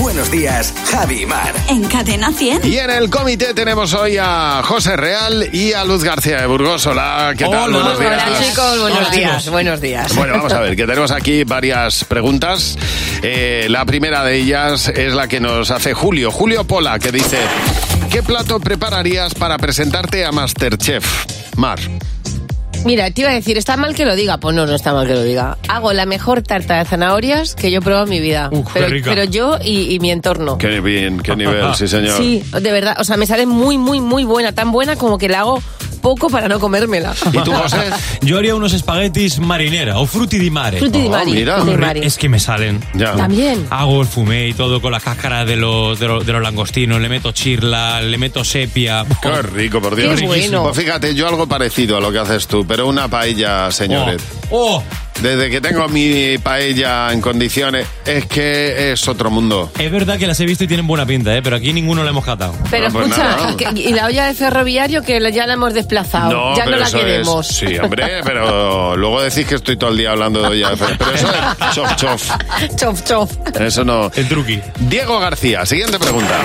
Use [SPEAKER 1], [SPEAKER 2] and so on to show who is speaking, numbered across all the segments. [SPEAKER 1] Buenos días, Javi y Mar.
[SPEAKER 2] En Cadena 100.
[SPEAKER 3] Y en el comité tenemos hoy a José Real y a Luz García de Burgos. Hola, ¿qué tal?
[SPEAKER 4] Hola.
[SPEAKER 3] buenos días.
[SPEAKER 4] Hola,
[SPEAKER 5] chicos, buenos
[SPEAKER 4] Hola,
[SPEAKER 5] días,
[SPEAKER 4] chicos.
[SPEAKER 5] buenos días.
[SPEAKER 3] Bueno, vamos a ver, que tenemos aquí varias preguntas. Eh, la primera de ellas es la que nos hace Julio. Julio Pola, que dice, ¿qué plato prepararías para presentarte a Masterchef? Mar.
[SPEAKER 5] Mira, te iba a decir, está mal que lo diga. Pues no, no está mal que lo diga. Hago la mejor tarta de zanahorias que yo he probado en mi vida.
[SPEAKER 4] Uf, qué
[SPEAKER 5] pero,
[SPEAKER 4] rica.
[SPEAKER 5] pero yo y, y mi entorno.
[SPEAKER 3] Qué bien, qué nivel, sí señor.
[SPEAKER 5] Sí, de verdad. O sea, me sale muy, muy, muy buena. Tan buena como que la hago poco para no comérmela.
[SPEAKER 3] ¿Y tú, José?
[SPEAKER 4] Yo haría unos espaguetis marinera o frutti di mare.
[SPEAKER 5] Frutti di
[SPEAKER 3] Oh,
[SPEAKER 5] mari.
[SPEAKER 3] mira. Ah,
[SPEAKER 5] frutti di
[SPEAKER 4] Hombre,
[SPEAKER 5] mari.
[SPEAKER 4] Es que me salen.
[SPEAKER 3] Ya.
[SPEAKER 5] También.
[SPEAKER 4] Hago el fumé y todo con las cáscaras de los, de los, de los langostinos. Le meto chirla, le meto sepia. Oh,
[SPEAKER 3] Qué rico, por Dios.
[SPEAKER 5] Qué bueno.
[SPEAKER 3] Pues fíjate, yo algo parecido a lo que haces tú, pero una paella, señores.
[SPEAKER 4] Oh,
[SPEAKER 3] Desde que tengo mi paella en condiciones, es que es otro mundo.
[SPEAKER 4] oh. Es verdad que las he visto y tienen buena pinta, ¿eh? pero aquí ninguno la hemos catado.
[SPEAKER 5] Pero
[SPEAKER 3] Bueno, pues
[SPEAKER 5] escucha,
[SPEAKER 3] nada.
[SPEAKER 5] que- y la olla de ferroviario que la- ya la hemos desplazado. ya no
[SPEAKER 3] pero
[SPEAKER 5] la
[SPEAKER 3] eso es-
[SPEAKER 5] queremos.
[SPEAKER 3] Sí, hombre, pero luego decís que estoy todo el día hablando de olla de fer- Pero eso es chof chof.
[SPEAKER 5] chof, chof.
[SPEAKER 3] Eso no.
[SPEAKER 4] El truqui.
[SPEAKER 3] Diego García, siguiente pregunta.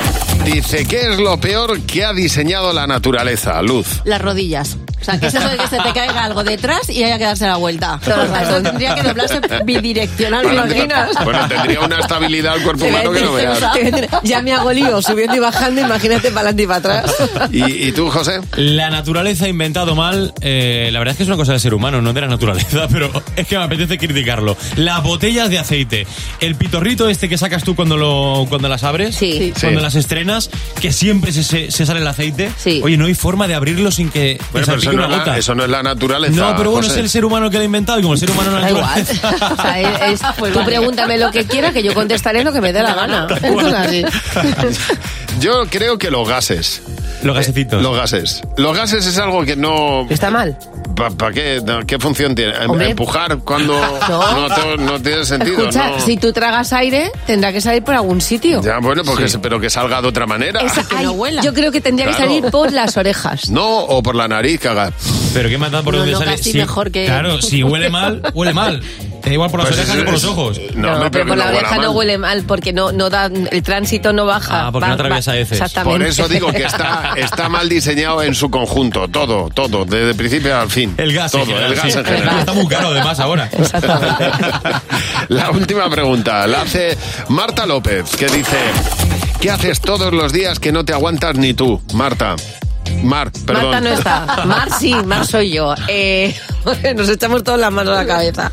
[SPEAKER 3] Dice, ¿qué es lo peor que ha diseñado la naturaleza? Luz.
[SPEAKER 6] Las rodillas. O sea, que es eso de que se te caiga algo detrás y haya que darse la vuelta.
[SPEAKER 5] Todo el rato.
[SPEAKER 6] Eso tendría que doblarse bidireccional.
[SPEAKER 5] ¿Te
[SPEAKER 6] ¿me
[SPEAKER 3] ¿Eh? Bueno,
[SPEAKER 5] imaginas?
[SPEAKER 3] te- Bueno, tendría una estabilidad el cuerpo
[SPEAKER 5] Te voy a
[SPEAKER 3] humano que no
[SPEAKER 5] decir,
[SPEAKER 3] veas.
[SPEAKER 5] te voy a decir, Ya me hago lío subiendo y bajando, imagínate para adelante y para atrás.
[SPEAKER 3] ¿Y, y tú, José?
[SPEAKER 4] La naturaleza ha inventado mal, eh, la verdad es que es una cosa del ser humano, no de la naturaleza, pero es que me apetece criticarlo. Las botellas de aceite, el pitorrito este que sacas tú cuando lo cuando las abres,
[SPEAKER 5] Sí.
[SPEAKER 4] cuando
[SPEAKER 3] Sí.
[SPEAKER 4] las estrenas, que siempre se, se- se sale el aceite.
[SPEAKER 5] Sí.
[SPEAKER 4] Oye, no hay forma de abrirlo sin que te
[SPEAKER 3] Bueno, pero
[SPEAKER 4] salpique
[SPEAKER 3] eso no,
[SPEAKER 4] una
[SPEAKER 3] es la,
[SPEAKER 4] gota.
[SPEAKER 3] eso no es la naturaleza.
[SPEAKER 4] No, pero bueno,
[SPEAKER 3] José.
[SPEAKER 4] es el ser humano el que lo ha inventado y como el ser humano no
[SPEAKER 5] Da igual.
[SPEAKER 4] naturaleza-
[SPEAKER 5] O sea, es- es- tú pregúntame lo que quieras, que yo contestaré lo que me dé la gana. Esto es así.
[SPEAKER 3] Yo creo que los gases.
[SPEAKER 4] Los gasecitos.
[SPEAKER 3] Los gases. Los gases es algo que no...
[SPEAKER 5] ¿Está mal?
[SPEAKER 3] ¿Para qué? No, ¿Qué función tiene? Em-
[SPEAKER 5] Hombre.
[SPEAKER 3] ¿Empujar cuando no,
[SPEAKER 5] No.
[SPEAKER 3] to- no tiene sentido?
[SPEAKER 5] Escucha,
[SPEAKER 3] no.
[SPEAKER 5] si tú tragas aire, tendrá que salir por algún sitio.
[SPEAKER 3] Ya, Ah, bueno, porque se- pero que salga de otra manera.
[SPEAKER 5] Esa-
[SPEAKER 6] que no
[SPEAKER 5] ay,
[SPEAKER 6] huela.
[SPEAKER 5] Yo creo que tendría
[SPEAKER 3] Claro.
[SPEAKER 5] que salir por las orejas.
[SPEAKER 3] No, o por la nariz, cagar.
[SPEAKER 4] Pero qué maldad por
[SPEAKER 6] No,
[SPEAKER 4] donde
[SPEAKER 6] no,
[SPEAKER 4] sale.
[SPEAKER 6] casi mejor que-
[SPEAKER 4] Claro, si huele mal, huele mal. Te da igual por las
[SPEAKER 3] Pues
[SPEAKER 4] orejas
[SPEAKER 3] es-
[SPEAKER 4] que por los
[SPEAKER 3] es-
[SPEAKER 4] ojos.
[SPEAKER 3] No, hombre, pero
[SPEAKER 5] pero
[SPEAKER 3] que
[SPEAKER 5] por
[SPEAKER 3] no
[SPEAKER 5] la
[SPEAKER 3] huela
[SPEAKER 5] oreja no
[SPEAKER 3] mal.
[SPEAKER 5] huele mal porque no, no da, el tránsito no baja.
[SPEAKER 4] Ah, porque no atraviesa heces.
[SPEAKER 5] Exactamente.
[SPEAKER 3] Por eso digo que está, está mal diseñado en su conjunto, todo, todo, desde principio al fin.
[SPEAKER 4] El gas. en
[SPEAKER 3] Todo,
[SPEAKER 4] general,
[SPEAKER 3] el gas
[SPEAKER 4] sí.
[SPEAKER 3] en general.
[SPEAKER 4] Está muy caro además ahora.
[SPEAKER 3] La última pregunta la hace Marta López, que dice, ¿qué haces todos los días que no te aguantas ni tú, Marta? Mar, perdón.
[SPEAKER 5] Marta no está. Mar sí, Mar soy yo. Eh, nos echamos todas las manos a la cabeza.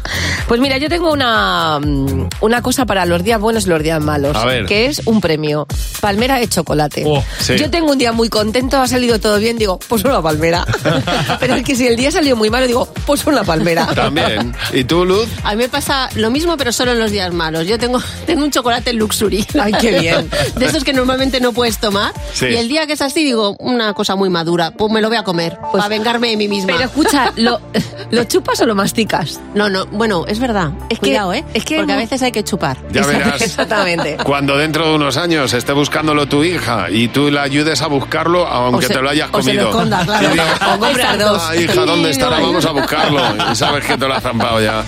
[SPEAKER 5] Pues mira, yo tengo una, mm, una cosa para los días buenos y los días malos,
[SPEAKER 3] A ver.
[SPEAKER 5] que es un premio. Palmera de chocolate.
[SPEAKER 4] Oh,
[SPEAKER 3] sí.
[SPEAKER 5] Yo tengo un día muy contento, ha salido todo bien, digo, pues una palmera. Pero es que si el día salió muy malo, digo, pues una palmera.
[SPEAKER 3] También. ¿Y tú, Luz?
[SPEAKER 6] A mí me pasa lo mismo, pero solo en los días malos. Yo tengo, tengo un chocolate Luxury.
[SPEAKER 5] Ay, qué bien.
[SPEAKER 6] De esos que normalmente no puedes tomar.
[SPEAKER 3] Sí.
[SPEAKER 6] Y el día que es así, digo, una cosa muy madura. Pues me lo voy a comer. para vengarme de mí misma.
[SPEAKER 5] Pero escucha, ¿lo, ¿lo chupas o lo masticas?
[SPEAKER 6] No, no, bueno, es verdad.
[SPEAKER 5] Es que-
[SPEAKER 6] Cuidado, ¿eh?
[SPEAKER 5] es que-
[SPEAKER 6] Porque a veces hay que chupar.
[SPEAKER 3] Ya verás.
[SPEAKER 5] Exactamente.
[SPEAKER 3] Cuando dentro de unos años esté buscándolo tu hija y tú la ayudes a buscarlo, aunque
[SPEAKER 5] O se-
[SPEAKER 3] te lo hayas
[SPEAKER 5] o se
[SPEAKER 3] comido.
[SPEAKER 5] lo esconda, claro.
[SPEAKER 3] Y digo,
[SPEAKER 5] O compras dos.
[SPEAKER 3] "Ah, hija, ¿dónde estará? Vamos a buscarlo. Y sabes que te lo has zampado ya.